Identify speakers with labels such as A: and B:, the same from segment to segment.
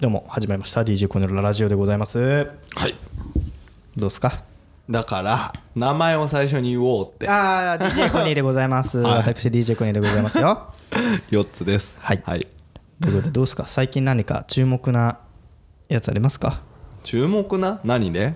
A: どうも始まりました DJ コネロラジオでございます
B: はい
A: どうですか
B: だから名前を最初に言おうって
A: ああ DJ コネでございます 私 DJ コネでございますよ
B: 4つです
A: はい
B: はい、
A: ということで どうですか最近何か注目なやつありますか
B: 注目な何で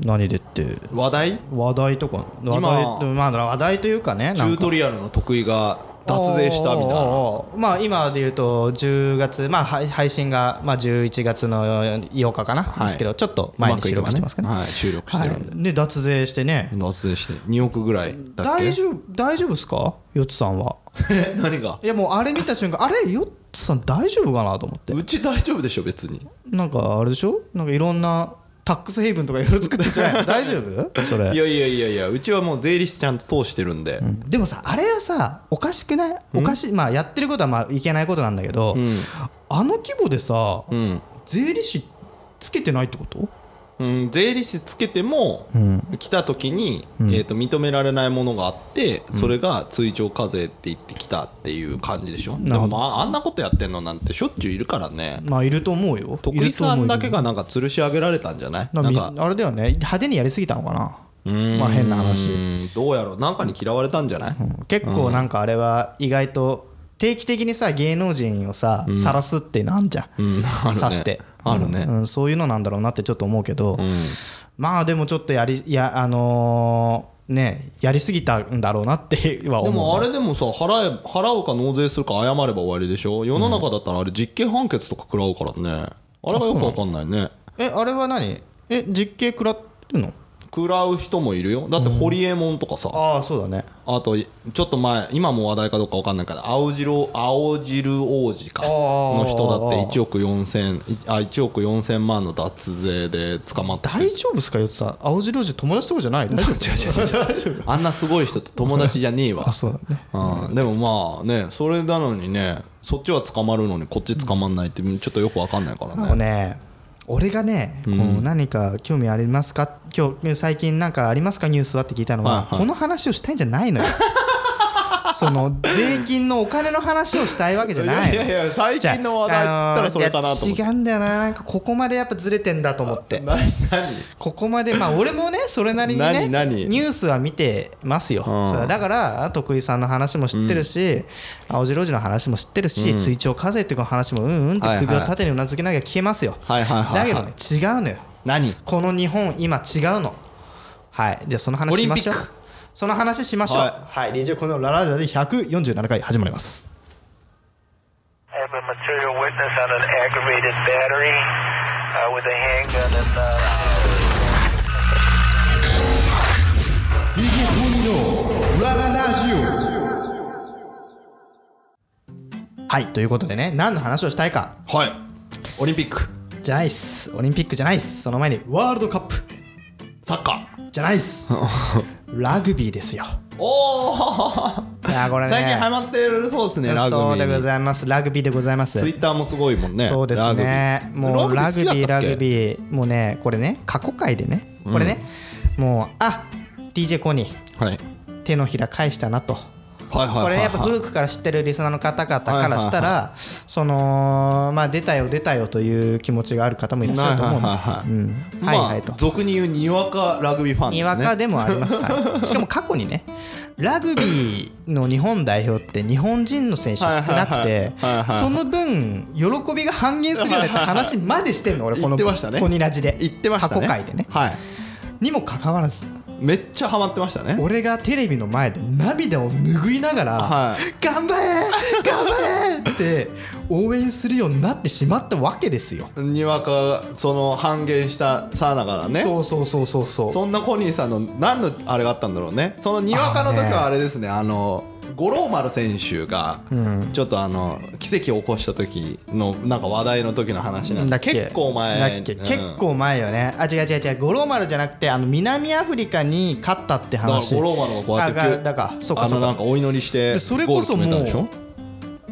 A: 何でって
B: 話題
A: 話題とか
B: 今
A: 話題,、まあ、話題というかね
B: チュートリアルの得意が脱税したみ
A: おー
B: たい
A: お
B: な
A: ーおーまあ今で言うと10月まあ配配信がまあ11月の8日かな、
B: い
A: ですけどちょっと前に収録してますかね
B: うまくいけばはい収録してるんで、
A: はい、で脱税してね
B: 脱税して2億ぐらいだっけ
A: 大丈夫大丈夫ですかヨッツさんは
B: え何が
A: いやもうあれ見た瞬間あれヨッツさん大丈夫かなと思って
B: うち大丈夫でしょ別に
A: なんかあれでしょなんかいろんなタックスヘイブンとかいろいろ作ってんじゃ ない大丈夫そ
B: い
A: れ
B: やいやいやいやうちはもう税理士ちゃんと通してるんで、
A: でもさあれはさおかしくないおかしいまあやってることはまあいけないことなんだけど、
B: ん
A: あの規模でさ、
B: うん
A: 税理士つけてないってこと
B: うん、税理士つけても、来た時に、えー、と認められないものがあって、それが追徴課税って言ってきたっていう感じでしょで
A: なるほど
B: もまああんなことやってんのなんてしょっちゅういるからね
A: まあいると思うよ
B: 徳井さんだけ
A: が
B: がなんか吊るし上げられたんじゃないなんか
A: あれだよね派手にやりすぎたのかな
B: うーん
A: まあ変な話
B: どうやろうなんかに嫌われたんじゃない、
A: 結構なんかあれは意外と定期的にさ芸能人をさ晒すっていうのあんじゃん、
B: うんあるね
A: 刺して
B: あるね
A: うん、そういうのなんだろうなってちょっと思うけど、
B: うん
A: まあでもちょっとやりいやあのーねやりすぎたんだろうなっては思
B: で
A: う
B: もあれでもさ払え払うか納税するか謝れば終わりでしょ世の中だったらあれ実刑判決とか食らうからねあれがよくわかんないね
A: えあれは何え実刑食らってるの
B: 食らう人もいるよだって堀エモ門とかさ、
A: ああそうだね
B: あとちょっと前今も話題かどうか分かんないから青汁青汁王子か
A: あー
B: の人だって1億4000あ1億4000万の脱税で捕まった
A: 大丈夫ですかよってさ青白王子友達とかじ ゃない大丈夫違う違う違う
B: あんなすごい人と友達じゃねえ わ
A: あ、そうだね
B: うん、でもまあねそれなのにねそっちは捕まるのにこっち捕まんないってちょっとよく分かんないから
A: あの
B: ね
A: ね俺がね、こう何か興味ありますか今日最近なんかありますかニュースはって聞いたのは、
B: はいはい
A: この話をしたいんじゃないの よその税金のお金の話をしたいわけじゃないの
B: やいや最近の話題っつったらそれかなと思っ
A: い
B: て
A: や違うんだよななんかここまでやっぱずれてんだと思って
B: 何何
A: ここまでまあ俺もねそれなりにね
B: 何何
A: ニュースは見てますよ、
B: ん
A: それはだから徳井さんの話も知ってるし、青白路の話も知ってるし、追徴課税っていう話もうんうんって首を縦にうなずきながら聞けますよ、
B: はいはい はい、
A: だ
B: はい、
A: けどね違うのよ
B: 何
A: この日本今違うのはいじゃあその話しましょう
B: オリンピッ
A: その話しましょう
B: は
A: はい、DJ このララジャで147回始まります
C: I have a material witness on an aggravated battery uh, with a handgun and. Uh,
D: DJ コニロラララジオ
A: はいということでね何の話をしたいか
B: はいオリンピック
A: じゃないっすオリンピックじゃないっすその前にワールドカップ
B: サッカー
A: じゃないっ すラグビーですよ
B: おお
A: いやーこれね
B: 最近ハマってるそうですねラグビ
A: そうで
B: ー
A: ご
B: に
A: ざいますラグビーでございます
B: ツイッターもすごいもんね
A: そうですね。もうラグビー、ラグ
B: ー
A: ビー、もうね、これね、過去回でね、これね、もう、あ DJ コニー、
B: 好きだったっけ
A: 手のひら返したなと。
B: はいはいはいはいはい
A: これやっぱ古くから知ってるリスナーの方々からした
B: はい
A: ら、その、まあ、出たよ、出たよという気持ちがある方もいらっしゃると思うの。
B: はいはいはいはい
A: うんは
B: まあ
A: いはいと。
B: 俗に言うにわかラグビーファンです
A: に
B: ね
A: わかでもあります、はい、しかも過去にねラグビーの日本代表って日本人の選手少なくて
B: はいはいはいはいはい
A: その分喜びが半減するよねって話までしてんの俺こ
B: 言
A: の
B: ってましたね
A: コニラジで
B: 言ってましたね
A: 過去回でね
B: はい
A: にもかかわらず
B: めっちゃハマってましたね
A: 俺がテレビの前で涙を拭いながら
B: は
A: 「頑張れ頑張れ!」って応援するようになってしまったわけですよ。
B: にわかその半減したさながらね
A: そうそうそうそうそう
B: そんなコニーさんの何のあれがあったんだろうねそのにわかの時はあれですねあの五郎丸選手がちょっとあの奇跡を起こした時のなんか話題の時の話なん
A: だ
B: で
A: っけ
B: 結構前
A: だっけ、
B: うん
A: 結構前よねあ違う違う違う五郎丸じゃなくてあの南アフリカに勝ったって
B: だから
A: 話
B: 五郎丸がこうやって
A: あ
B: きゅ
A: がだからそうか
B: あ
A: そ
B: の
A: う
B: なん
A: か
B: かお祈りして
A: でそれこそ
B: ゴール
A: も
B: 決
A: う
B: めたんでしょ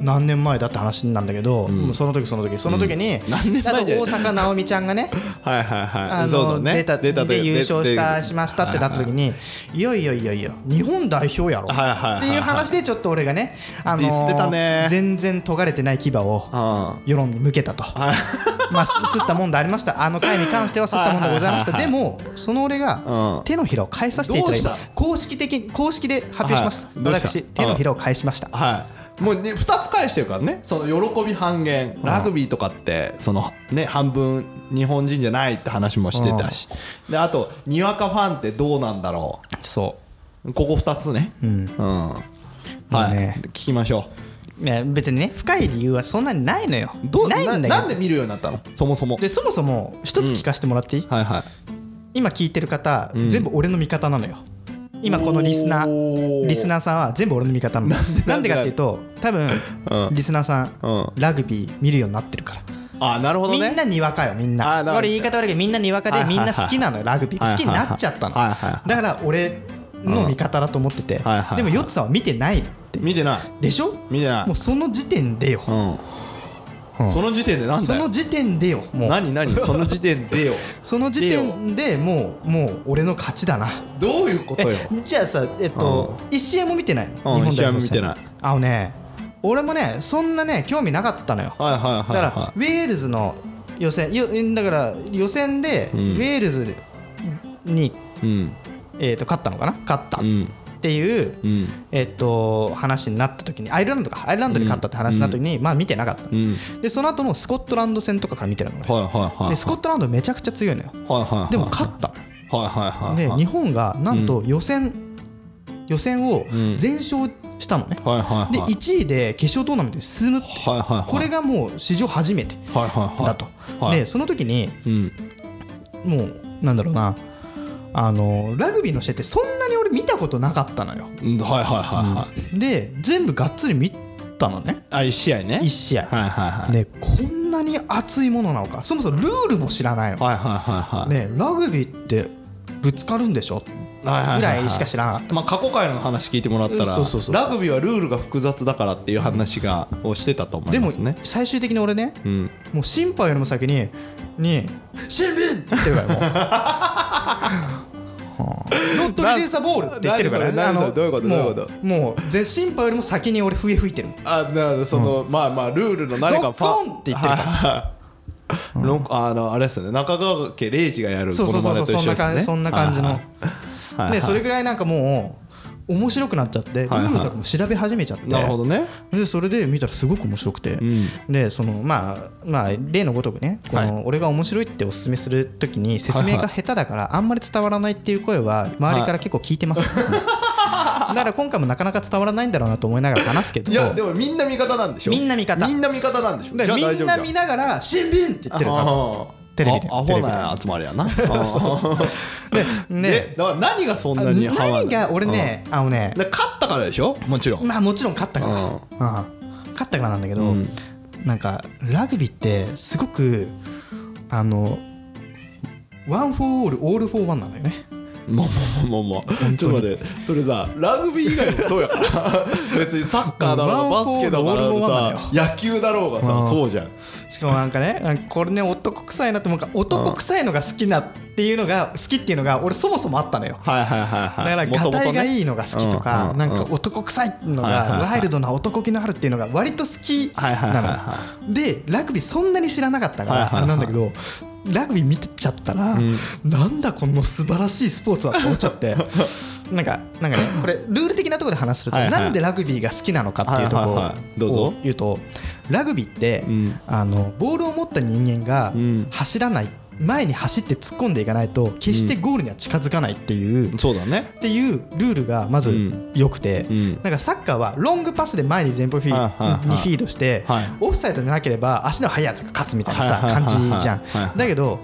A: 何年前だって話なんだけど、もうその時その時その時に、
B: 何年前じゃ
A: あと大坂なおみちゃんが ね
B: はいはいはい
A: あ
B: そうだ
A: の
B: ね
A: 出た
B: 出たという
A: で優勝し
B: 出
A: た
B: て
A: しましたってなった時にいやいやいやいや日本代表やろ
B: はいはいはいはい
A: っていう話でちょっと俺がねあの
B: ディスってたね
A: ー全然尖れてない牙を
B: うん
A: 世論に向け たと。まあ、すすったもんでありましたあの回に関してはすったもんでございました
B: はい
A: で
B: はい
A: もその俺
B: う
A: が
B: ん
A: 手のひらを返させていただい
B: ど
A: た
B: うした
A: 公式的に公式で発表します
B: はいどうした
A: 私手のひらを返しました
B: はいもうね2つ返してるからねその喜び半減ラグビーとかってそのね半分日本人じゃないって話もしてたしであとにわかファンってどうなんだろ
A: そう
B: ここ2つねうんは
A: まあ
B: い
A: ね
B: 聞きましょ
A: ういや別にね深い理由はそんなにないのよ
B: うどう
A: ないんだ
B: な
A: よ
B: なんで見るようになったのそもそも
A: でそもそも一つ聞かせてもらっていい、
B: はいはい
A: 今聞いてる方、全部俺の味方なのよ今このリスナ
B: お
A: ー
B: ー
A: リスナーさんは全部俺の味方なのなんで
B: なんで
A: かっていうと多分、リスナーさん、
B: う
A: ラグビー見るようになってるから、
B: あなるほど
A: み
B: ね
A: んなにわかよみん
B: あーな
A: な
B: るほど
A: 俺言い方悪いけどみんなにわか
B: は
A: で
B: いはい
A: みん
B: はい
A: な好きなのよラグビ
B: はい
A: ー
B: は
A: 好
B: い
A: きになっちゃったの
B: はい
A: だ
B: はいは
A: から俺の味方だと思ってて
B: はいはい
A: でもヨッツさんは見てないって
B: 見てない
A: でしょ
B: 見てない
A: もうその時点でよ
B: うんその時点でなん
A: そ
B: だよ
A: の時点でよもう
B: 何何その時点でよ
A: その時点でもうもう俺の勝ちだな
B: どういうことよ
A: えじゃあさえっと一試合も見てないの日
B: う
A: 本代
B: ん
A: 表戦
B: 一試合も見てない
A: あのね俺もねそんなね興味なかったのよ
B: はいはいはい
A: だから
B: は
A: ウェールズの予選よだから予選でウ
B: ん
A: ェールズに
B: いうん
A: えー、と勝ったのかな勝ったっ
B: うん
A: ていう、
B: うん
A: えー、と話になった時にアイルランドかアイルランドに勝ったって話になった時に、まあ見てなかった、
B: うん
A: でその後のスコットランド戦とかから見てるの俺、
B: はいはいはい
A: でスコットランドめちゃくちゃ強いのよ
B: はいはいはい
A: でも勝った
B: はいはいはい
A: で
B: はい
A: 日本がなんと予選、予選を
B: ん
A: 全勝したのね、
B: はいはい
A: で
B: はい
A: 1位で決勝トーナメントに進むって
B: はいはいはい
A: これがもう史上初めて
B: はいはいはい
A: だと、
B: はい
A: でその時に
B: うん
A: もうなんだろうなあのラグビーの試合ってそんなに俺見たことなかったのよ
B: うんはいはいはいはい
A: で全部がっつり見たのね
B: あ一試合ね
A: 1試合、
B: はいはいはい
A: でこんなに熱いものなのかそもそもルールも知らないの、
B: はいはいはいはい
A: ね、ラグビーってぶつかるんでしょ
B: はいはいはいはい
A: ぐらいしか知らなかった
B: まあ過去回の話聞いてもらったら
A: そうそうそうそう
B: ラグビーはルールが複雑だからっていう話がをしてたと思い
A: でも
B: ますね
A: 最終的に俺ね
B: うん
A: もう審判よりも先にに新聞って言ってるからもうは あノットリリーサボールって言ってるからね
B: 何それ何
A: あの
B: それどういうこと
A: も
B: どういうこ
A: もう全審判よりも先に俺笛吹いてる
B: あだからその、まあまあルールの何か
A: ノックオンって言ってるから
B: はい ロックあのあれですよね中川家礼二がやる
A: そうそうそうそう
B: モノマネと
A: そん
B: 一緒
A: な
B: です
A: 感
B: ね
A: じそんな感じの、
B: はいはいはい
A: でそれぐらいなんかもう面白くなっちゃって、
B: はい
A: ルールとかも調べ始めちゃって
B: なるほどね
A: でそれで見たらすごく面白くて、でそのまあまあ例のごとくねこ
B: は
A: の俺が面白いっておすすめするときに説明が下手だ からあんまり伝わらないっていう声は周りから結構聞いてます、 だから今回もなかなか伝わらないんだろうなと思いながら話すけど
B: いやでもみんな味方なんでしょ
A: みんな味方
B: みんな味方なんでしょ
A: だ
B: じ
A: か
B: ゃ
A: ら
B: あ大
A: み
B: 丈
A: ん
B: 夫じゃ
A: なん見ながら新聞って言ってる多分
B: あー
A: テレビで
B: あアホな集まりや な
A: ね
B: でだから何がそんなにハマる
A: 何が俺ねあのね
B: だから勝ったからでしょもちろん
A: まあもちろん勝ったから、
B: うん
A: うん勝ったからなんだけど、なんかラグビーってすごくあのワン・フォー・オールオール・フォー・ワンなのよね
B: もうもうもうもうちょっと待ってそれさラグビー以外もそうやから 別にサッカーだろう
A: ワ
B: がバ
A: ンフォ
B: ス
A: ー
B: ケだろう
A: オールフォーな
B: が
A: のよ
B: さ野球だろうがさそうじゃん
A: しかもなんかねなんかこれね男臭いなって思うから男臭いのが好きなっていうのが好きっていうのが俺そもそもあったのよ
B: はいはいは
A: だ
B: いはい
A: からがたいがいいのが好きとか、
B: 元々ねうんうんうん
A: なんか男臭いのが、
B: はいはいはい
A: ワイルドな男気のあるっていうのが割と好きなの、
B: はいはいはいは
A: でラグビーそんなに知らなかったから、
B: はいはいは
A: あ
B: い
A: れなんだけどラグビー見てちゃったら、なんだこの素晴らしいスポーツはって思っちゃって なんかなんかねこれルール的なところで話すると、
B: はいはい
A: なんでラグビーが好きなのかっていうところを、
B: はいはいはいどうぞ
A: 言うとラグビーって、
B: ん
A: あのボールを持った人間が
B: ん
A: 走らない、前に走って突っ込んでいかないと決してゴールには近づかないっていう、っ
B: そうだね
A: ていうルールがまず
B: うん
A: 良くて、
B: ん
A: なんかサッカーはロングパスで前に前方フィ
B: はいはいはい
A: にフィードして、
B: はい
A: オフサイドじゃなければ足の速いやつが勝つみたいなさ
B: はいはいはい
A: 感
B: はい
A: じじゃ
B: はいはい
A: ん。だけど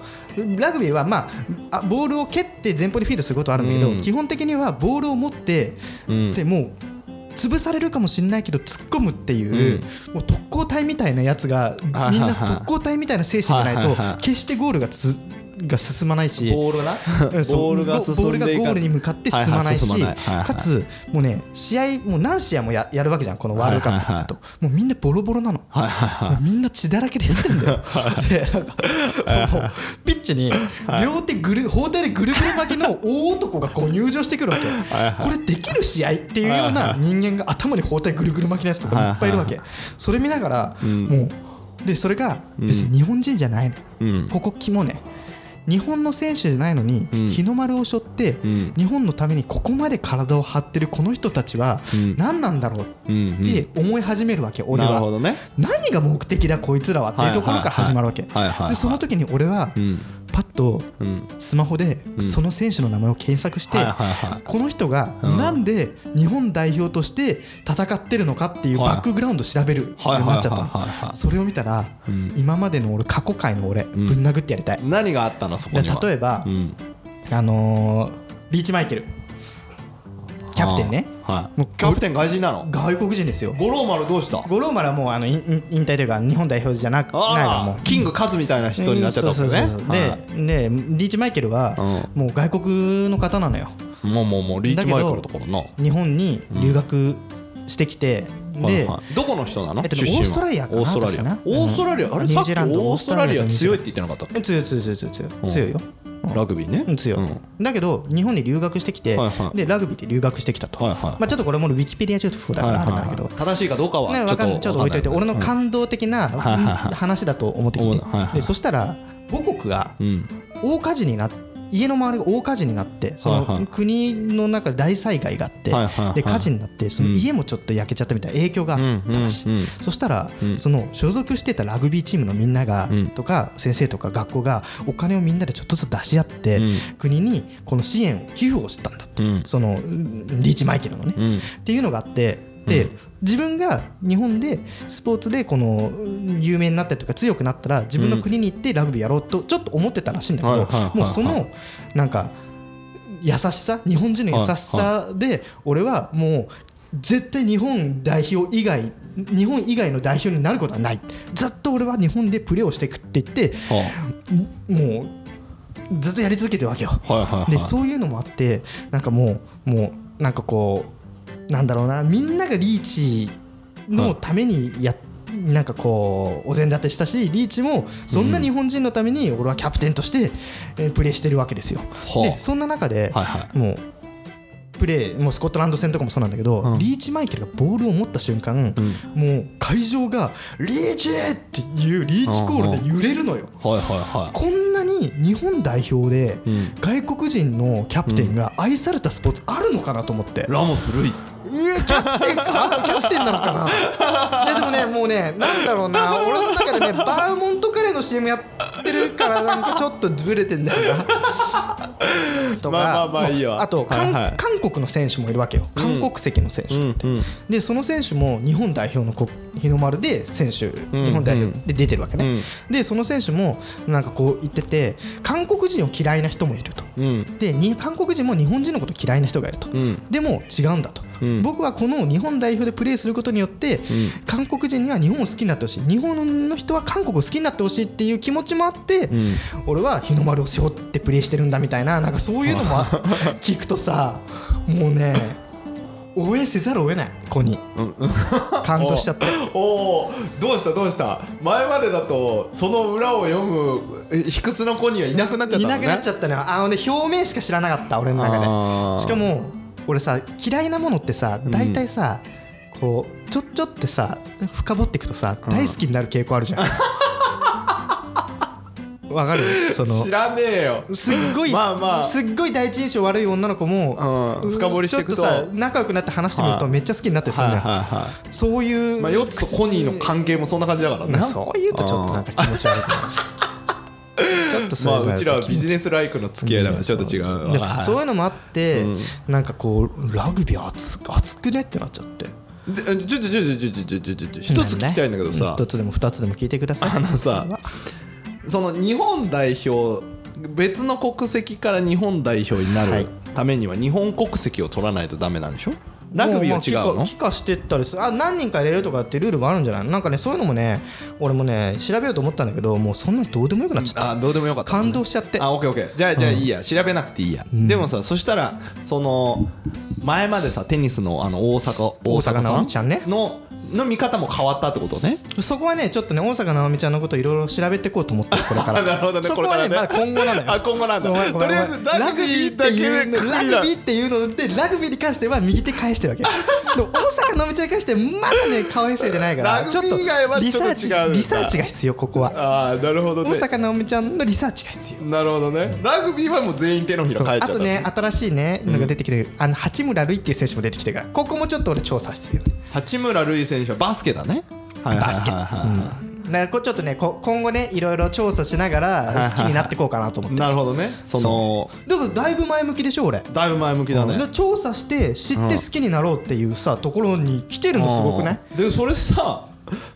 A: ラグビーは、まあ、あボールを蹴って前方にフィードすることはあるんだけど、
B: うん
A: 基本的にはボールを持って、
B: うん
A: でもう潰されるかもしれないけど突っ込むっていう,、もう特攻隊みたいなやつがみん
B: はいはい
A: な
B: はい
A: 特攻隊みたいな精神じゃない
B: は
A: と
B: いはいはい
A: 決してゴールがつが進まないし
B: ボールな
A: そう
B: ボールが進んでい
A: ボールがゴ
B: か
A: ールに向かって進まないし、
B: はは進まないはいはい
A: かつもうね試合もう何試合もややるわけじゃんこのワールドカップだと、もうみんなボロボロなの、もうみんな血だらけでやってん だよ、 でなんかもうピッチに両手ぐる包帯でぐるぐる巻きの大男がこう入場してくるわけこれできる試合っていうような人間が頭に包帯ぐるぐる巻きのやつとかいっぱいいるわけそれ見ながら、もうでそれが別に日本人じゃないの、
B: うん
A: ここ肝ね日本の選手じゃないのに、
B: ん
A: 日の丸を背負って、
B: ん
A: 日本のためにここまで体を張ってるこの人たちは
B: ん
A: 何なんだろうっ
B: うんうん
A: て思い始めるわけ、俺
B: なる
A: は、
B: ほどね
A: 何が目的だこいつらはっていうところから始まるわけ、
B: はいはいはいはいはいは
A: で
B: い
A: その時に俺は、
B: うん
A: パッと
B: うん
A: スマホでその選手の名前を検索して、
B: はいはいはい
A: この人が
B: うん
A: なんで日本代表として戦ってるのかっていう
B: はい
A: バックグラウンド調べるように
B: はいはい
A: なっちゃ
B: はいはい
A: ったの
B: はい
A: それを見たら
B: うん
A: 今までの俺過去回の俺ぶ
B: ん
A: ん殴ってやりたい
B: 何があったのそこには
A: だ例えば
B: うん
A: あのーリーチマイケルキャプテンね
B: あーはい
A: もう
B: キャプテン外人なの
A: 外国人ですよ
B: 五郎丸どうした
A: 五郎丸はもうあの引引退というか日本代表じゃなくないのも
B: あ
A: う
B: あキングカズみたいな人になっちゃったもんね
A: うんそうそうそうそう
B: は
A: ででリーチマイケルは
B: う
A: もう外国の方なのよ
B: いもうもうもうリーチマイクのところな
A: 日本に留学してきて、で、
B: はいはいどこの人なの
A: えっとね
B: 出身
A: オ
B: は
A: ーストラリアかな
B: オーストラリ
A: 確か
B: ア
A: な
B: オーストラリアあ
A: う
B: れ
A: ん
B: さっき
A: ニュージーランド
B: オーストラリア強いって言ってなかったっけ
A: 強い強い強い強い強
B: うん
A: い強いよ、
B: ラグビー
A: うん、
B: ね
A: 強い、
B: うん
A: だけど日本に留学してきて、
B: はいはい
A: でラグビーで留学してきたと、
B: はいはい
A: まあ、ちょっとこれもウィキペディア中毒だか
B: はい
A: らあれなんだ
B: は
A: け
B: い
A: ど、
B: はい正しいかどうかは
A: ね、
B: ちょ
A: わ
B: っと
A: かんちょっと置いといて
B: わか
A: 俺
B: ん
A: の
B: な
A: 感動的なうん
B: はいはいはい
A: 話だと思ってきて、
B: うんはいはい
A: でそしたら母国が
B: うん
A: 大火事になっ家の周りが大火事になってそ
B: はいは
A: の
B: い
A: 国の中で大災害があって
B: はいはいはい
A: で火事になってその家もちょっと焼けちゃったみたいな影響があったらし
B: うんうんう
A: い
B: ん
A: そしたら
B: うん
A: その所属してたラグビーチームのみんなが
B: うん
A: とか先生とか学校がお金をみんなでちょっとずつ出し合って
B: うん
A: 国にこの支援を寄付をしたんだって
B: うん
A: そのうんリーチマイケルのね
B: うん
A: っていうのがあってで、自分が日本でスポーツでこのうん有名になったりとか強くなったら自分の国に行ってラグビーやろうとちょっと思ってたらしいんだけ
B: はい
A: ど
B: はいはいはい
A: もうそのなんか優しさ日本人の優しさで俺はもう絶対日本代表以外日本以外の代表になることはないずっと俺は日本でプレーをしていくって言って
B: は
A: もうずっとやり続けてるわけよ。
B: あはいはいはい
A: でそういうのもあってなんかもうもうなんかこうなんだろうなみんながリーチのためにやっなんかこうお膳立てしたしリーチもそんな日本人のために俺はキャプテンとしてえープレーしてるわけですよ。
B: はあ
A: でそんな中で
B: はいはい
A: もうプレーもうスコットランド戦とかもそうなんだけど、
B: うん
A: リーチマイケルがボールを持った瞬間、もう会場がリーチっていうリーチコールで揺れるのよ。
B: はいはいはい
A: こんなに日本代表で
B: うん
A: 外国人のキャプテンが愛されたスポーツあるのかなと思って、
B: ラモスルイ
A: うわキャプテンかキャプテンなのかないやでもねもうねなんだろうな俺の中でねバーモントカレーの CM やってるからなんかちょっとずれてんだよなとか
B: まあまあまあいいよ
A: あと、韓
B: はいはい
A: 韓国の選手もいるわけよ韓国籍の選手、
B: うん
A: でその選手も日本代表のこ日の丸で選手、
B: ん
A: 日本代表で出てるわけね、
B: うん
A: でその選手もなんかこう言ってて韓国人を嫌いな人もいると
B: うん
A: でに韓国人も日本人のこと嫌いな人がいると、
B: ん
A: でも違うんだと、
B: うん
A: 僕はこの日本代表でプレーすることによって、韓国人には日本を好きになってほしい日本の人は韓国を好きになってほしいっていう気持ちもあって、
B: ん
A: 俺は日の丸を背負ってプレーしてるんだみたいななんかそういうの もあ聞くとさもうね応援せざるを得ない子に、感動しちゃって
B: おおどうしたどうした前までだとその裏を読むえ卑屈な子に はいなくなっちゃった
A: い
B: のね
A: なくなっちゃったのよあのね表面しか知らなかった俺の中で
B: あー
A: しかも俺さ嫌いなものってさ大体さ、こうちょっちょってさ深掘っていくとさ大好きになる傾向ある じゃんわ、かるその
B: 知らねえよ
A: すっごい、
B: まあまあ
A: すっごい第一印象悪い女の子も、
B: うん深掘りしていくと
A: ちょっとさ仲良くなって話してみると
B: はい
A: めっちゃ好きになってするんだよ、
B: は
A: そういう、
B: まあ、ヨッツとコニーの関係もそんな感じだから
A: ま
B: ね
A: あそういうとちょっとなんか気持ち悪いかもしれないちょっとそれ
B: まあ
A: ぐらいう
B: ちらはビジネスライクの付き合いだからちょっと違う
A: で
B: わ
A: そういうのもあって、なんかこうラグビー熱く熱くねってなっちゃって
B: でちょちょちょちょちょちょちょちょちょ一つ聞きたいんだけどさ
A: 一つでも二つでも聞いてください
B: あのさその日本代表別の国籍から日本代表にな
A: は
B: る
A: い
B: ためには日本国籍を取らないとダメなんでしょラグビーは
A: も
B: 違
A: ま
B: うの
A: あ帰化帰化してったりするあ何人か入れるとかってルールもあるんじゃないのなんかねそういうのもね俺もね調べようと思ったんだけどもうそんなのどうでもよくなっちゃった
B: あどうでもよかった
A: 感動しちゃって
B: あオッケーオッケーじゃあじゃあいいや、調べなくていいや、でもさそしたらその前までさテニスのあの大阪
A: 大阪なおみちゃんね
B: のの見方も変わったってことね
A: そこはねちょっとね大坂なおみちゃんのこといろいろ調べていこうと思ってるこれから
B: あなるほどね
A: そこはね
B: こ
A: ま
B: れからね
A: だ今後なのよ
B: あ今後なんだ
A: ごめんごめん
B: とりあえ
A: ごめん
B: ずラグビーだけ
A: ラグビーっていうの
B: クリア
A: ラグビーっていうのでラグビーに関しては右手返 してるわけでも大阪のみちゃんに関してまだね可愛いせいでないから
B: ラグビー以外は
A: リ
B: ちょ
A: サー
B: っと違うん
A: チ
B: だ
A: リサーチが必要ここは
B: ああなるほど
A: 大坂なおみちゃんのリサーチが必要
B: なるほどねラグビーはもう全員手のひ
A: そう
B: ら変えちゃ
A: あ
B: った
A: とね新しいねのが出てきてる、あの八村塁っていう選手も出てきてるからここもちょっと俺調査必要
B: 八村塁選手はバスケだねバスケ
A: だからこうちょっとねこ今後ねいろいろ調査しながら好きになっていこうかなと思って
B: なるほどねその
A: だからだいぶ前向きでしょ俺
B: だいぶ前向きだね
A: だから調査して知って好きになろうっていうさところに来てるのすごくない
B: うんでそれさ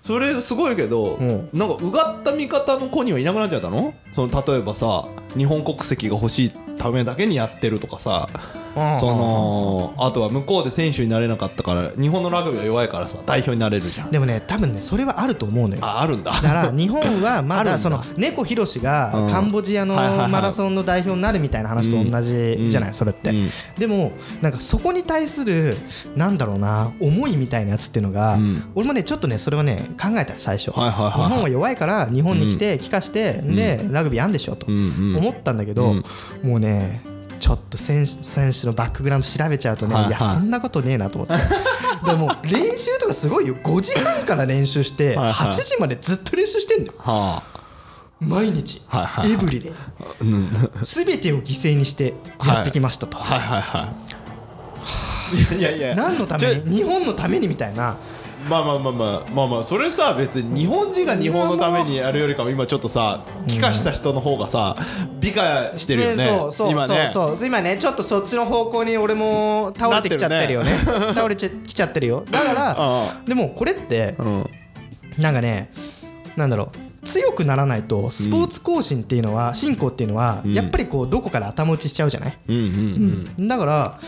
B: それすごいけど、
A: ん
B: なんかうがった味方の子にはいなくなっちゃったのその例えばさ日本国籍が欲しいためだけにやってるとかさ、
A: うん
B: そのあとは向こうで選手になれなかったから日本のラグビーは弱いからさ代表になれるじゃん
A: でもね多分ねそれはあると思うのよ
B: ああるんだ
A: だから日本はま
B: ある
A: だ
B: んだ
A: その猫ひろしが
B: うん
A: カンボジアの
B: はいはいはい
A: マラソンの代表になるみたいな話と同じじゃない
B: うん
A: それって
B: うん
A: でもなんかそこに対するなんだろうな思いみたいなやつっていうのが
B: うん
A: 俺もねちょっとねそれはね考えた最初日
B: はいはいはい
A: 本は弱いから日本に来て帰化してでラグビーやんでしょと
B: うんうん
A: 思ったんだけ
B: う
A: ど
B: ん
A: もうねちょっと選手選手のバックグラウンド調べちゃうとね
B: はいはい
A: いやそんなことねえなと思って でも練習とかすごいよ5時半から練習して
B: はいは
A: 8
B: い
A: 時までずっと練習してんだよ
B: は
A: 毎日
B: はいはいはい
A: エブリで
B: あうんはい
A: 全てを犠牲にしてやってきましたと
B: はい はいいやいやいや
A: 何のた
B: ち
A: め
B: ょ
A: に日本のためにみたいな
B: まあまあまあまあまあまあそれさ別に日本人が日本のためにやるよりかも今ちょっとさ帰化した人の方がさ美化してるよね
A: ねそうそう
B: 今ね
A: そうそう今ねちょっとそっちの方向に俺も倒れてきちゃってるよね倒れちゃきちゃってるよだか
B: あ
A: らでもこれって
B: うん
A: なんかねなんだろう強くならないとスポーツ更新っていうのは進行っていうのは
B: ん
A: やっぱりこうどこかで頭打ちしちゃうじゃない
B: うんうん
A: だから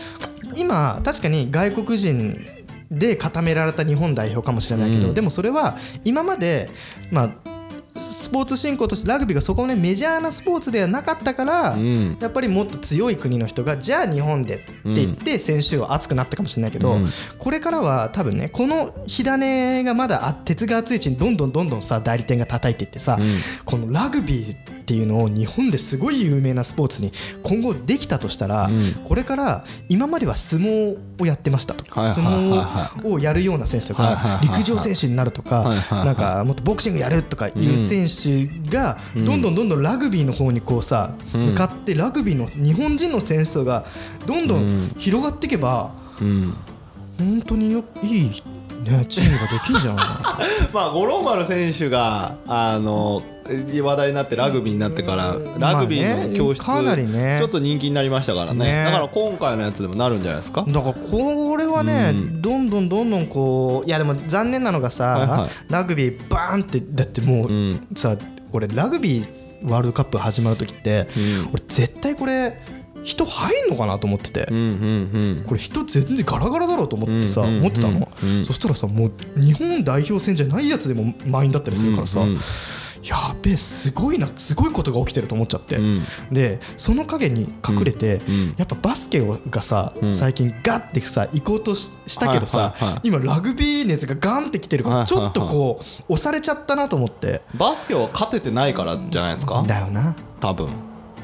A: 今確かに外国人で固められた日本代表かもしれないけど、
B: うん
A: でもそれは今までまあスポーツ振興としてラグビーがそこまでメジャーなスポーツではなかったから、
B: うん
A: やっぱりもっと強い国の人がじゃあ日本でって言って選手は熱くなったかもしれないけど、
B: うん
A: これからは多分ねこの火種がまだあ鉄が熱いうちにどんどんどんどんさ代理店が叩いていってさ、このラグビーっていうのを日本ですごい有名なスポーツに今後できたとしたら、
B: うん
A: これから今までは相撲をやってましたとか、
B: はいはいはいはい
A: 相撲をやるような選手とか、
B: はいはいはいはい
A: 陸上選手になるとか、
B: はいはいはい
A: なんかもっとボクシングやるとかいう選手がどんどんどんどんラグビーの方にこうさ、向かってラグビーの日本人の選手層がどんどん広がっていけば、
B: うん
A: 本当によいい、ね、チームができるんじゃないかなと。
B: まあ五郎丸選手があの話題になってラグビーになってからラグビーの教室
A: まあねかなりね
B: ちょっと人気になりましたからね
A: ね
B: だから今回のやつでもなるんじゃないです か
A: だからこれはね、どんどんどんどんこういやでも残念なのがさ、
B: はいはい
A: ラグビーバーンってだってもう、
B: うん
A: さ俺ラグビーワールドカップ始まる時って、
B: うん
A: 俺絶対これ人入んのかなと思ってて、
B: うんうん
A: これ人全然ガラガラだろうと思ってさ、
B: うんうん
A: 思ってたの、
B: うんうん
A: そしたらさもう日本代表戦じゃないやつでも満員だったりするからさ、
B: うんうん
A: やべえすごいなすごいことが起きてると思っちゃって、
B: うん
A: でその陰に隠れて、
B: うんうん
A: やっぱバスケがさ、
B: うん
A: 最近ガッてさ行こうとししたけどさ、
B: はいはいはい
A: 今ラグビー熱がガンってきてるから、
B: はいはい
A: ち
B: は
A: ょ
B: い
A: っとこう押されちゃったなと思って
B: バスケは勝ててないからじゃないですか
A: だよな
B: 多分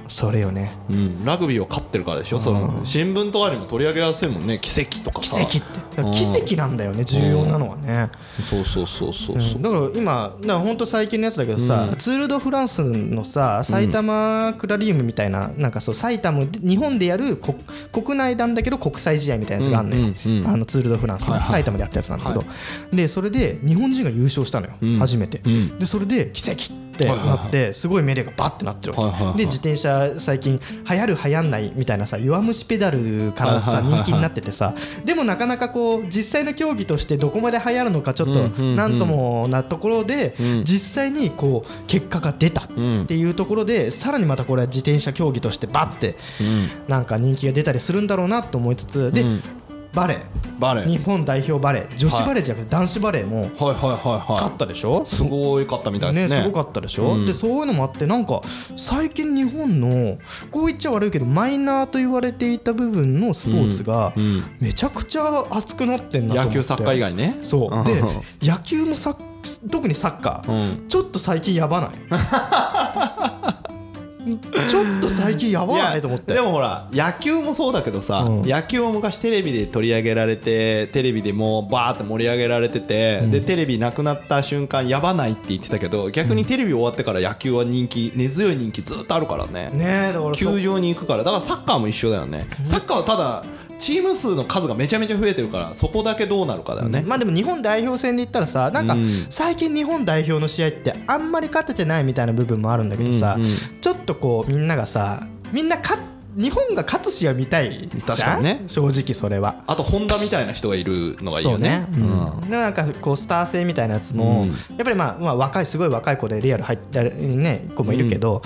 A: それよね
B: うん、ラグビーを勝ってるからでしょ、その新聞とかにも取り上げやすいもんね、奇跡とか
A: 奇
B: さ。
A: 跡ってだから奇跡なんだよね重要なのはね、
B: そうそうそうそうそう。
A: だから今だから本当最近のやつだけどさ、ツール・ド・フランスのさ埼玉クラリウムみたいななんかそう埼玉日本でやる国国内なんだけど国際試合みたいなやつがあるのよ、
B: うんうんうん
A: あのツール・ド・フランスの、
B: はいはい
A: 埼玉でやったやつなんだけど、でそれで日本人が優勝したのよ、初めて、
B: ん
A: でそれで奇跡ってなってすごいメディアがバッてなってるわけ、
B: はいはいはい
A: で自転車最近流行る流行んないみたいなさ弱虫ペダルから
B: はい
A: さ
B: はいはいはい
A: 人気になっててさでもなかなかこう実際の競技としてどこまで流行るのかちょっと
B: うんうんうん
A: なんともなところで
B: うん
A: 実際にこう結果が出たっていうところでさらにまたこれは自転車競技としてバッて
B: うん
A: なんか人気が出たりするんだろうなと思いつつで
B: うん
A: バレ
B: バレー
A: ー日本代表バレー女子バレーじゃなくて男子バレーも
B: はいはいはい
A: 勝
B: は
A: ったでしょ
B: いすごいかったみたいですね
A: ね、すごかったでしょ、
B: うん
A: でそういうのもあってなんか最近日本のこう言っちゃ悪いけどマイナーと言われていた部分のスポーツが
B: うんうん
A: めちゃくちゃ熱くなってんなと思
B: 野
A: って
B: 球サッカー以外ね
A: そうで
B: ん
A: 野球もサッ特にサッカー、
B: う
A: ちょっと最近やば ないちょっと最近やば
B: い
A: な
B: や
A: いと思って
B: でもほら野球もそうだけどさ、
A: うん
B: 野球も昔テレビで取り上げられてテレビでもうバーって盛り上げられてて、でテレビなくなった瞬間やばないって言ってたけど逆にテレビ終わってから野球は人気根強い人気ずっとあるからね
A: ねえだからそ
B: 球場に行くからだからサッカーも一緒だよね、サッカーはただチーム数の数がめちゃめちゃ増えてるからそこだけどうなるかだよね、
A: まあでも日本代表戦で言ったらさなんか
B: うん
A: 最近日本代表の試合ってあんまり勝ててないみたいな部分もあるんだけどさ、
B: うんうん
A: ちょっとこうみんながさみんな勝っ日本が勝つ試合見たいじゃん
B: 確かにね
A: 正直それは。
B: あとホンダみたいな人がいるのがいい
A: そ
B: よ
A: うね、
B: ね
A: うんでもなんかこうスター性みたいなやつも、
B: うん
A: やっぱりまあ、まあ、若いすごい若い子でリアル入ってる、ね、子もいるけど、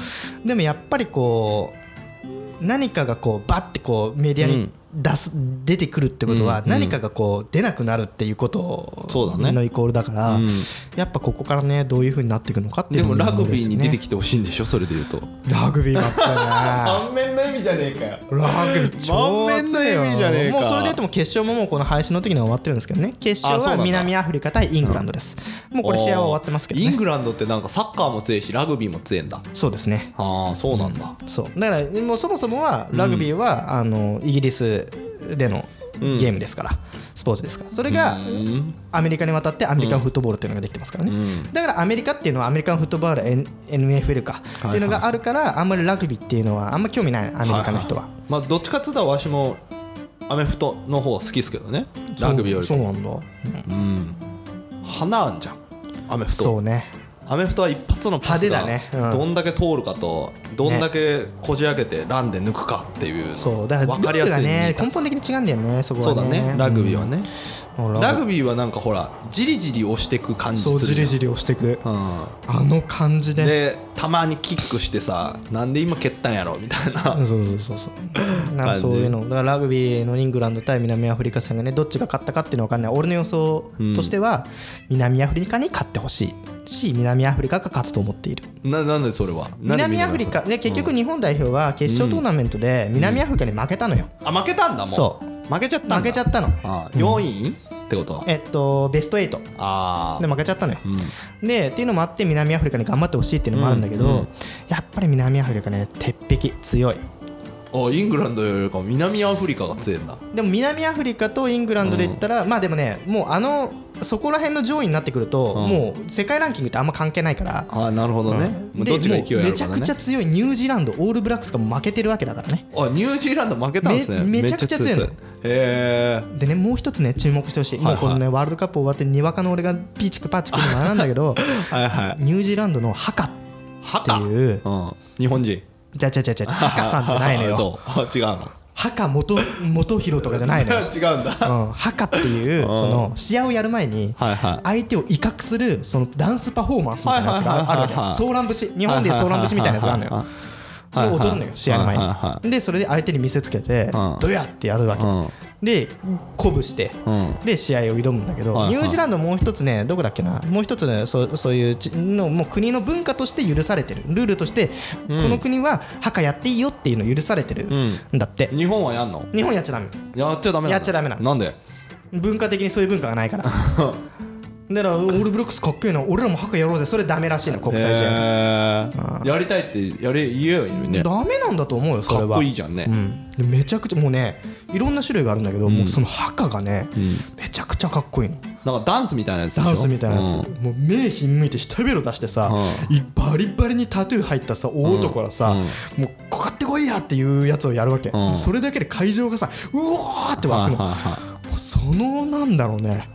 A: でもやっぱりこう何かがこうバッてこうメディアに出す、出てくるってことは
B: うん
A: 何かがこう出なくなるっていうこと
B: そうだね
A: のイコールだから
B: うん
A: やっぱここからねどういうふうになっていくのかってい
B: で
A: う
B: も
A: の
B: ラグビーに出て
A: き
B: きてほしいんでしょそれで言うと
A: ラグビーは強いね
B: 面の意味じゃねえかよ
A: ラグビー超
B: 満面の笑みじゃねえ
A: も
B: か
A: うそれで言っても決勝ももうこの配信の時には終わってるんですけどね決
B: あ
A: 勝
B: そうなん
A: は
B: だ
A: 南アフリカ対イングランドですもうこれ試合は終わってますけど
B: イン
A: ね
B: グランドってなんかサッカーも強いしラグビーも強いんだ
A: そうですね
B: ああそうなんだ、
A: そうだからもうそもそもはラグビーは、あのイギリスでの
B: うん
A: ゲームですから、スポーツですからそれが
B: ん
A: アメリカに渡ってアメリカンフットボールっていうのができてますからね、
B: うん
A: だからアメリカっていうのはアメリカンフットボール N- NFL かっていうのがあるから、あんまりラグビーっていうのはあんま興味ないアメリカの人は、
B: いいまあどっちかっつうとわしもアメフトの方好きっすけどねラグビーより
A: そう
B: も
A: なんだ、
B: 花あんじゃんアメフト
A: そうね
B: アメフトは一発のパスが
A: 派手だねうん
B: どんだけ通るかとどんだけこじ開けてランで抜くかっていう
A: そうだから
B: 分かりやすい
A: ルールがね
B: 二択
A: 根本的に違うんだよねそこは
B: そうだねラグビーはね
A: うん
B: ラグビーはなんかほらじりじり押してく感じす
A: そう
B: る
A: じり
B: じ
A: じり押してく
B: ゃんうん
A: あの感じで
B: でたまにキックしてさなんで今蹴ったんやろみたいな
A: そうそうそうそうなん
B: 感
A: か
B: じ
A: そういうのだからラグビーのイングランド対南アフリカ戦がねどっちが勝ったかっていうのは分かんない俺の予想としては、南アフリカに勝ってほしいし南アフリカが勝つと思っている
B: ななんでそれはなんで
A: 南アフリカで結局日本代表は決勝トーナメントで南アフリカに負けたのよ、
B: あ負けたんだもう
A: そ
B: 負けちゃったんだ
A: 負けちゃったの
B: あ4位ってこと
A: えっとベスト8
B: あ
A: で
B: あ
A: 負けちゃったのよ、
B: う
A: でっていうのもあって南アフリカに頑張ってほしいっていうのもあるんだけど、
B: うんうん
A: やっぱり南アフリカね鉄壁強い
B: んあイングランドよりかも南アフリカが強いんだ
A: でも南アフリカとイングランドで言ったら、まあでもねもうあのそこら辺の上位になってくると、
B: ん
A: もう世界ランキングってあんま関係ないから、
B: あーなるほどねもうどっちが勢い
A: でも
B: あ
A: う
B: る
A: めち
B: か
A: ゃ
B: だ
A: く
B: ね
A: ちゃ強いニュージーランドオールブラックスがもう負けてるわけだからね
B: あニュージーランド負けたんですね
A: めめちゃくちゃ強いの
B: めっへえ
A: でねもう一つね注目してほしい、
B: はいはい
A: もうこのねワールドカップ終わってにわかの俺がピーチクパーチクのもあれなんだけど
B: はいはい
A: ニュージーランドのハカって
B: ハ
A: いう
B: うん日本人
A: じゃじゃじゃじゃじゃハカさんじゃないの
B: あ
A: よ
B: そうあ違うの
A: ハカ元元弘とかじゃないのよ
B: 違うん だ
A: うん、ハカっていうその試合をやる前に
B: はいはい
A: 相手を威嚇するそのダンスパフォーマンスみたいなやつがある
B: はいはいはい
A: わ
B: はい
A: けソーラン節日本でソーラン節みたいなやつがあ るのよそれを踊るのよ試合の前
B: はいはいは
A: にでそれで相手に見せつけて
B: うん
A: ドヤってやるわけ
B: うん
A: で鼓舞して
B: うん
A: で試合を挑むんだけ
B: はい
A: ど
B: はい
A: ニュージーランドもう一つねどこだっけなもう一つねそうそういうちのもう国の文化として許されてるルールとしてこの国はハカやっていいよっていうの許されてるんだって
B: 日本はやんの
A: 日本やっちゃダメ
B: やっちゃダメなんだ
A: やっちゃダメなの
B: なんで
A: 文化的にそういう文化がないから だからオールブロックスかっけえな俺らもハカやろうぜそれダメらしいの国際試合で
B: へーやりたいってやれ言えよいいのにね
A: ダメなんだと思うよそれ
B: か
A: は
B: っこいいじゃんね
A: うん、でめちゃくちゃもうねいろんな種類があるんだけど、もうそのハカがね、めちゃくちゃかっこいいの
B: なんかダンスみたいなやつでしょ
A: ダンスみたいなやつ、
B: うん
A: もう目ひんむいて下ベロ出してさ、
B: う
A: いバリバリにタトゥー入ったさ大男がさ、
B: うん
A: もうこかってこいやっていうやつをやるわけ、
B: うん
A: それだけで会場がさうおーって湧くの、
B: はいは
A: もうそのなんだろうね、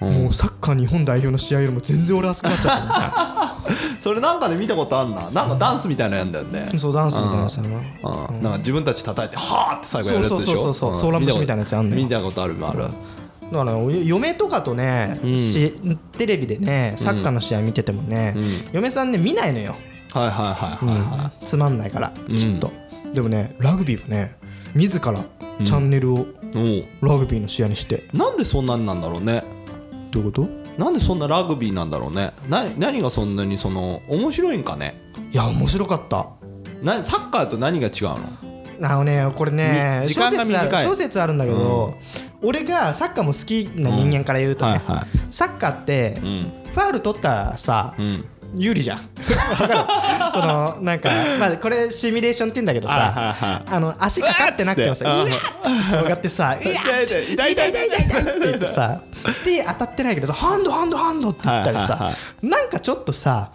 B: うん
A: もうサッカー日本代表の試合よりも全然俺熱くなっちゃったもんね
B: い はいそれなんかで見たことあんななんかダンスみたいなのやんだよね
A: そうダンスみたいなやつだな
B: うんなんか自分たち叩いてはーって最後やるやつでしょ
A: そうそうそうそうソーラン節みたいなやつあんのよ
B: 見たことあるある
A: だからお嫁とかとね、
B: ん
A: しテレビでねサッカーの試合見ててもね、
B: ん
A: 嫁さんね見ないのよ、
B: はいはいはいはいはい
A: つまんないから、
B: ん
A: きっとでもねラグビーはね自らチャンネルを
B: おう
A: ラグビーの試合にして
B: なんでそんなんなんだろうね
A: どういうこと
B: なんでそんなラグビーなんだろうねな何がそんなにその面白いんかね
A: いや面白かった
B: なサッカーと何が違うの
A: あのねこれね
B: み時間が短い
A: 諸説ある諸説あるんだけど、俺がサッカーも好きな人間から言うとね、
B: うんはいはい
A: サッカーって、
B: ん
A: ファウル取ったらさ、
B: うん
A: 有利じゃんわか るそのなんか、まあ、これシミュレーションって言うんだけどさ、
B: はいはい
A: あの足かかってなくてもさう
B: う
A: わ
B: わ
A: っ
B: っつ
A: つ
B: っ
A: って上がってさうわっ
B: 痛い痛い
A: 痛
B: 痛
A: い
B: い
A: 痛
B: 痛
A: い
B: い
A: 痛い痛いって言ってさで当たってないけどさハンドハンドハンドって言ったり
B: はいはい
A: さ
B: は
A: なんかちょっとさ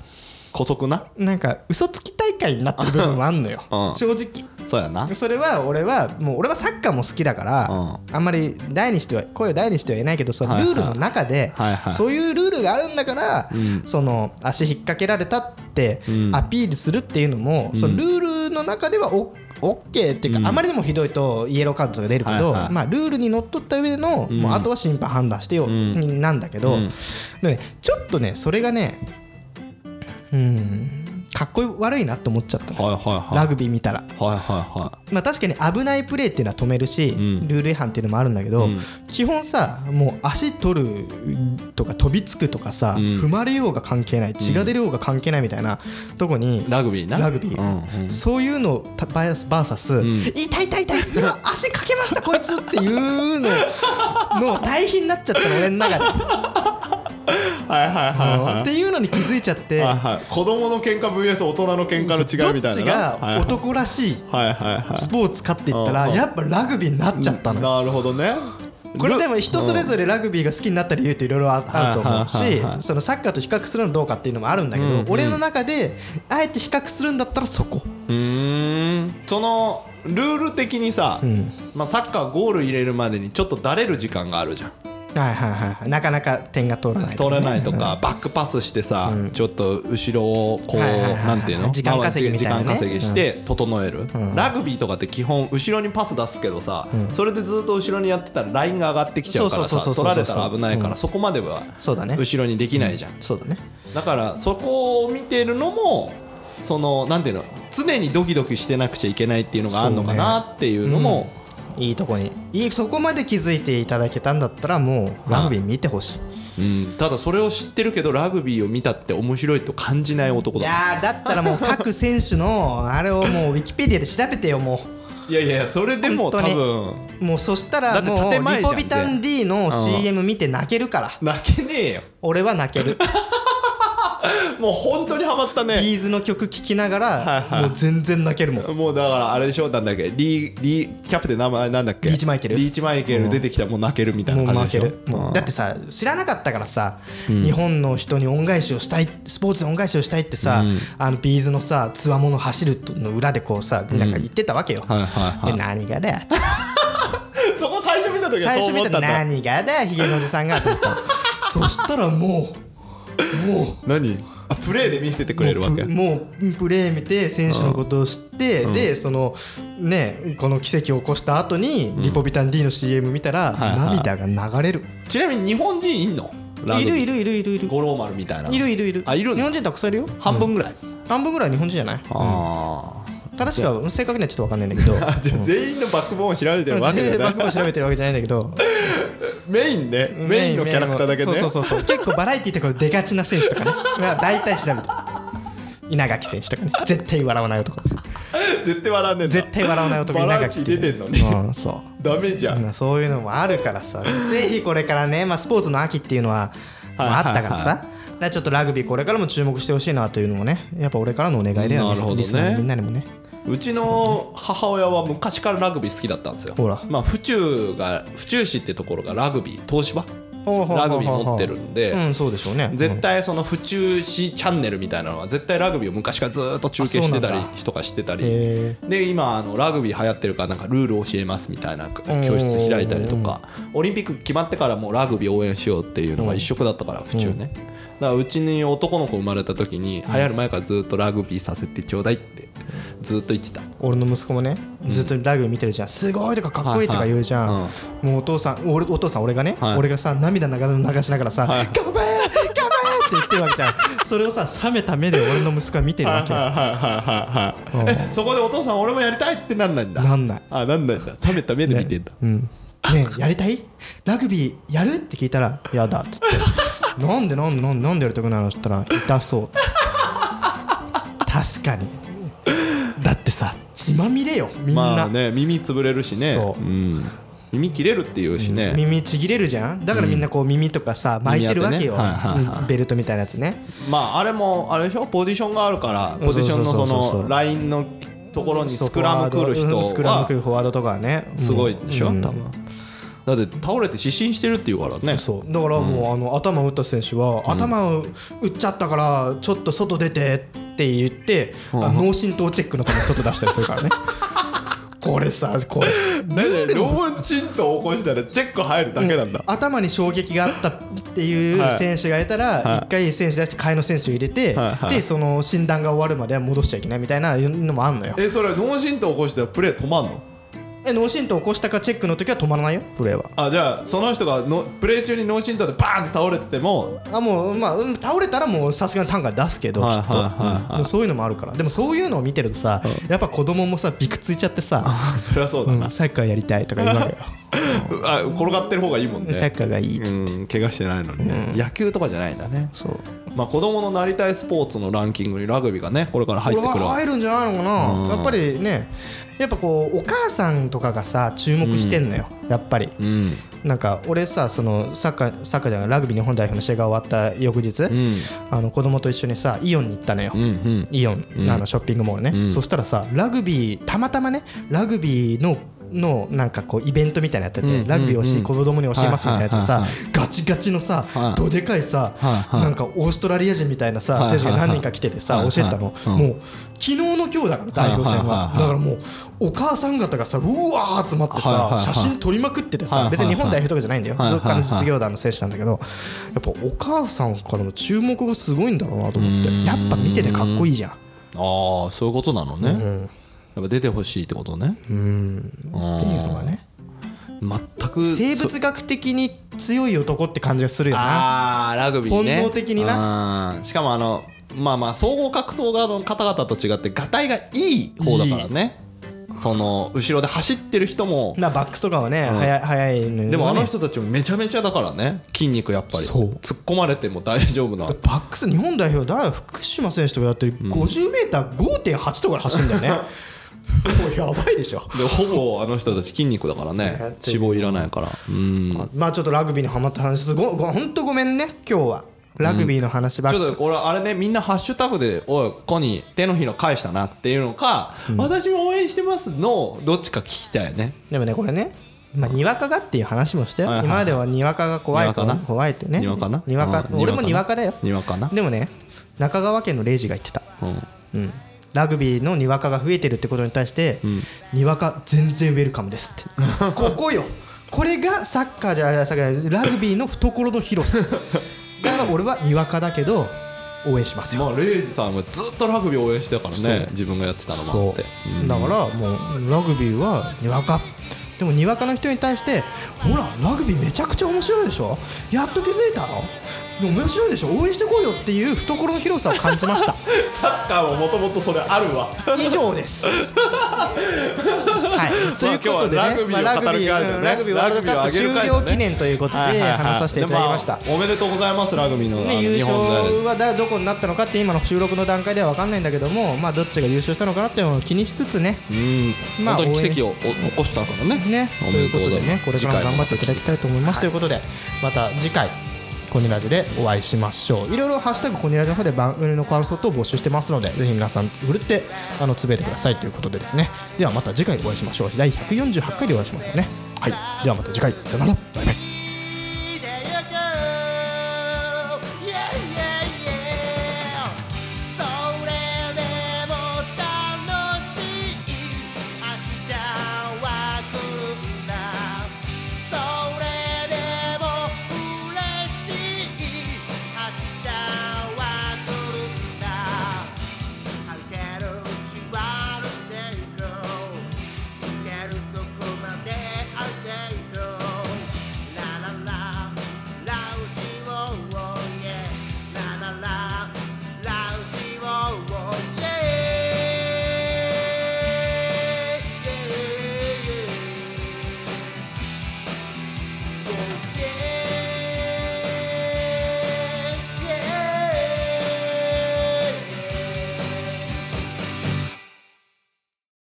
B: 古速な
A: なんか嘘つき大会になってる部分もあんのよ
B: うん
A: 正直
B: そうやな
A: それは俺はもう俺はサッカーも好きだから、あんまり大にしては声を大にしては言えないけどその
B: はい
A: ル
B: はい
A: ールの中で、
B: はいはい
A: そういうルールがあるんだから、その足引っ掛けられたって
B: ん
A: アピールするっていうのも、そのルールの中ではオオッケーっていうか、あまりにもひどいとイエローカードとか出るけど、
B: はいはい
A: まあ、ルールにのっとった上での、もうあとは審判判断してよ、
B: ん
A: になんだけど、
B: うん
A: でね、ちょっとねそれがねうんかっこ悪いなって思っちゃったの、
B: はいはいは
A: ラ
B: い
A: グビー見たら。
B: はいはいは
A: まあ、確かに危ないプレーっていうのは止めるし、
B: ん
A: ルール違反っていうのもあるんだけど、
B: うん
A: 基本さもう足取るとか飛びつくとかさ、
B: うん
A: 踏まれようが関係ない血が出るようが関係ないみたいなとこに
B: いラグビーな
A: ラグビー
B: うんうん
A: そういうのたバイアスバーサス、
B: ん
A: 痛い痛い痛い 今足かけましたこいつっていうのの対比になっちゃったの俺の中で、
B: はいはいはいはい
A: っていうのに気づいちゃって
B: はいはい、子供の喧嘩 VS 大人の喧嘩の違いみたいな
A: どっちが男らしい
B: はいはいはいはい
A: スポーツかっていったら、
B: うん
A: やっぱラグビーになっちゃったのよ
B: なるほどね
A: これでも人それぞれラグビーが好きになった理由っていろいろああると思う
B: はいはいはいは
A: し
B: い
A: そのサッカーと比較するのどうかっていうのもあるんだけ
B: うん
A: ど
B: うん
A: 俺の中であえて比較するんだったらそこ
B: うんうんそのルール的にさ、
A: ん
B: まあ、サッカーゴール入れるまでにちょっとだれる時間があるじゃん
A: はいはいはいはいなかなか点が通らない
B: 取れないと
A: ね
B: かバックパスしてさ、ちょっと後ろをこう、
A: はいはいはいはい
B: なんていうの
A: 時間稼ぎみたいなね
B: まあ時間稼ぎして整える、ラグビーとかって基本後ろにパス出すけどさ、それでずっと後ろにやってたらラインが上がってきちゃうから
A: そうそ
B: さ
A: うそうそうそう
B: 取られたら危ないから、
A: うん
B: そこまでは
A: そうだね
B: 後ろにできないじゃん、
A: そうだね
B: だからそこを見てるのもそのなんていうの常にドキドキしてなくちゃいけないっていうのがあるのかなっていうのも
A: いいとこにいいそこまで気づいていただけたんだったらもうラグビー見てほしい
B: うんただそれを知ってるけどラグビーを見たって面白いと感じない男
A: い
B: だ
A: やーだったらもう各選手のあれをもうウィキペディアで調べてよも
B: いやいやいやそれでも多
A: 本当に
B: 分
A: うもうそしたらも
B: だっ
A: う
B: て建前
A: リ
B: じゃん
A: ポビタン D の CM 見て泣けるから
B: 泣けねえよ
A: 俺は泣ける
B: もう本当にハマった ね
A: ビーズの曲聴きなが
B: はいは
A: ら
B: い
A: もう全然泣けるもん
B: もうだからあれでしょなんだっけリーリーキャプテン名前なんだっけ
A: リーチマイケル
B: リーチマイケル出てきたらもう泣けるみたい
A: も
B: な
A: う
B: 感
A: 泣け
B: じでし
A: る
B: ょ
A: も
B: う
A: うんだってさ知らなかったからさ、日本の人に恩返しをしたいスポーツで恩返しをしたいってさ、あのビーズのさつわもの走るの裏でこうさなんか言ってたわけよ、
B: はいはいはい
A: で何がだよ
B: そこ最初見た時は
A: 最
B: そ
A: 初
B: う
A: 見
B: 思ったたん
A: ら
B: だ
A: 何がだよひげのおじさんがと思 ったのそしたらもうもう
B: 何あプレーで見せてくれるわけ
A: もうプもうプレー見て選手のことを知って、でそのねこの奇跡を起こした後に、リポビタン D の CM 見たら、
B: いはい
A: 涙が流れる
B: ちなみに日本人いんの
A: いるいるいるいるいる
B: 五郎丸みたいない
A: るいるいる
B: あいるん
A: 日
B: だ
A: 本人たくさんいるよ
B: 半分ぐらい、
A: 半分ぐらい日本人じゃない
B: あ
A: 正しくは正確にはちょっと分かんないんだけど
B: あじゃあ 全員のバックボーンを調べてるわけ
A: 全然
B: だ
A: バッ
B: ね
A: クボーン調べてるわけじゃないんだけど
B: メインねメインのキャラクターだけね
A: メインもそうそうそうそう結構バラエティーってこう出がちな選手とか ねまあ大体調べて稲垣選手とかね絶対笑わない男
B: 絶対笑わねえんだ
A: 絶対笑わない男
B: バ
A: 稲
B: ラエ
A: 垣
B: テ
A: っ
B: ィ
A: てい
B: 出
A: う
B: てんのに
A: うんそう
B: ダメじゃん
A: まあそういうのもあるからさぜひこれからね、まあ、スポーツの秋っていうのは、まあ、あったからさ、だからちょっとラグビーこれからも注目してほしいなというのもねやっぱ俺からのお願いだよね
B: なるほどね
A: リスナーのみんなにもね
B: うちの母親は昔からラグビー好きだったんですよ
A: ほら
B: まあ府中が府中市ってところがラグビー東芝
A: ほうほうほうほう
B: ラグビー持ってるんで
A: うんそうでしょうね
B: 絶対その府中市チャンネルみたいなのは絶対ラグビーを昔からずーっと中継してた
A: あそう
B: り
A: なんだ
B: とかしてた
A: へ
B: りで今あのラグビー流行ってるからなんかルールを教えますみたいな教室開いたりとかオリンピック決まってからもうラグビー応援しようっていうのが一色だったから府中ねだからうちに男の子生まれた時に流行る前からずーっとラグビーさせてちょうだいってずーっと言ってた
A: 俺の息子もねずっとラグビー見てるじゃん、すごいとかかっこいいとか言うじゃん、
B: はいはい
A: もうお父さん俺お父さん俺がね、
B: はい
A: 俺がさ涙流しながらさ「頑張れ頑張れ!」ってきてるわけじゃんそれをさ冷めた目で俺の息子は見てるわけよ
B: はいはいはいはいえそこでお父さん俺もやりたいってなんないんだ
A: なんない
B: あなんないんだ冷めた目で見てんだ、
A: うんねえやりたいラグビーやるって聞いたら「やだ」っつ って「なんでなんでなんでなんでやりたくないの?」っつったら「痛そう」確かにだってさ血まみれよみんな、
B: まあね耳潰れるしね、
A: そうん
B: 耳切れるっていうしね、
A: 耳ちぎれるじゃんだからみんなこう耳とかさ巻いてるわけよ、
B: 耳当てねはいはいはい
A: うんベルトみたいなやつね
B: まああれもあれでしょポジションがあるから
A: そ
B: ポ
A: うそう
B: ジシ
A: そう
B: ョ
A: そ
B: ン
A: う
B: のそ
A: そう
B: のラインのところにスクラム来る人
A: うんスクラム来る
B: は
A: フォワードとかはねもう
B: すごいでしょ
A: う
B: 多
A: ん
B: 分だって倒れて失神してるっていうからね
A: そうだからもう、あの頭打った選手は、頭を打っちゃったからちょっと外出てって言って、あの脳震盪チェックのために外出したりするから ねこれさこれ
B: だって老人と起こしたらチェック入るだけなんだ、
A: 頭に衝撃があったっていう
B: はい
A: 選手がいたら一回選手出して替えの選手を入れて
B: はいはい
A: でその診断が終わるまでは戻しちゃいけないみたいなのもあんのよ
B: えそれ脳震盪起こしたらプレー止まんの
A: え脳震盪起こしたかチェックの時は止まらないよプレーは
B: あじゃあその人がのプレー中に脳震盪でバーンって倒れてても
A: あもうまあうん倒れたらもうさすがに単価出すけどき
B: はい
A: っと
B: はいはいはい
A: うんでもそういうのもあるからでもそういうのを見てるとさやっぱ子供もさびくついちゃってさ
B: あそりゃそうだ
A: う
B: な、
A: んサッカーやりたいとか言うわ けよ
B: あ転がってる方がいいもんね
A: サッカーがいいっつって
B: うん怪我してないのにね、野球とかじゃないんだね
A: そう
B: まあ子供のなりたいスポーツのランキングにラグビーがねこれから
A: こ
B: 入っ
A: れ
B: て
A: は
B: くる
A: 入るんじゃないのかなやっぱりねやっぱこうお母さんとかがさ注目してんのよやっぱり
B: うん
A: なんか俺さそのサッカーサッカーじゃないラグビー日本代表の試合が終わった翌日
B: うん
A: あの子供と一緒にさイオンに行ったのよ
B: うんうん
A: イオン、あのショッピングモールね、そしたらさラグビーたまたまねラグビーののなんかこうイベントみたいなのやってて、
B: うん
A: ラグビーをし、
B: うん
A: 子供に教えますみたいなやつでさ、
B: はいはい
A: ガチガチのさ、
B: はい
A: どでかいさ、
B: はいはい
A: なんかオーストラリア人みたいなさ、
B: はいはいはい
A: 選手が何人か来ててさ、
B: はいはい
A: 教えてたの、
B: うん
A: もう昨日の今日だから代表戦は,、
B: はいはいはいはい
A: だからもうお母さん方がさうわー集まってさ、
B: はいはいはい
A: 写真撮りまくっててさ、
B: はいはいは
A: 別
B: い
A: に日本代表とかじゃないんだよ、
B: はいはいはい
A: どっかの実業団の選手なんだけどやっぱお母さんからの注目がすごいんだろうなと思ってやっぱ見ててかっこいいじゃん。
B: ああそういうことなのね、やっぱ出てほしいってことね、
A: っていうのがね
B: 全く
A: 生物学的に強い男って感じがするよな
B: ああーラグビーね
A: 本能的に
B: なしかもあのまあまあ総合格闘家の方々と違ってがたいがいい方だからねその後ろで走ってる人も
A: なバックスとかはね早い早いのに
B: でもあの
A: ね
B: 人たちもめちゃめちゃだからね筋肉やっぱり
A: そう
B: 突っ込まれても大丈 夫な
A: バックス日本代表誰だ福島選手とかだって 50m5.8 とかで走るんだよね もうやばいでしょ
B: でほぼあの人たち筋肉 だからね脂肪いらないからうんち
A: まあちょっとラグビーにハマった話すごごほんとごめんね今日はラグビーの話ばっかり
B: ょっと俺あれねみんなハッシュタグで「おいコニー手のひら返したな」っていうのか「私も応援してます」のどっちか聞きたいね
A: でもねこれねまあ、にわかがっていう話もして、よ
B: はいはいはい
A: 今まではにわかが怖いと
B: にわかな
A: 怖いってね
B: にわかな
A: にわか
B: うん
A: 俺もに
B: に
A: わ
B: わ
A: か
B: か
A: だ
B: な
A: よ
B: にわかな
A: でもね中川家のレイジが言ってた
B: うん
A: うん、ラグビーのにわかが増えてるってことに対して、にわか全然ウェルカムですって ここよこれがサッカーじゃサッカーじゃないラグビーの懐の広 さだから俺はにわかだけど応援しますよ
B: まあレイジさんはずっとラグビー応援してたからね自分がやってたのもあ
A: そ
B: って
A: うだからもうラグビーはにわかでもにわかの人に対してほらラグビーめちゃくちゃ面白いでしょやっと気づいたの面白いでしょ応援してこいよっていう懐の広さを感じま した
B: サッカーももともとそれあるわ
A: 以上です。はい、 ということで
B: まあ
A: ね、
B: 今日はラグビー
A: ま
B: を
A: あラグビ
B: 語る会だよ
A: ー、
B: ね
A: ラグビーワールドカップ終了記念ということで
B: はいはいはい
A: 話させていただきました
B: で。あおめでとうございますラグビーのあの
A: ね、優
B: 日
A: 勝
B: 本代
A: はだどこになったのかって今の収録の段階では分かんないんだけども、まあ、どっちが優勝したのかなっていうのを気にしつつね。
B: うん、
A: まあ
B: 本当に奇跡をお起こしたからね
A: ね、と
B: おめ
A: い
B: で
A: うことと
B: うござ
A: で
B: いま
A: ね
B: す
A: これから頑張っていただきたいと思います、
B: 次
A: とい
B: 回
A: うことでまた次回コニラジでお会いしましょういろいろ「ハッシュタグコニラジ」の方で番組の感想等を募集してますのでぜひ皆さんふるってあのつぶやいてくださいということでですねではまた次回お会いしましょう第148回でお会いしましょうねはいではまた次回さよならバイバイ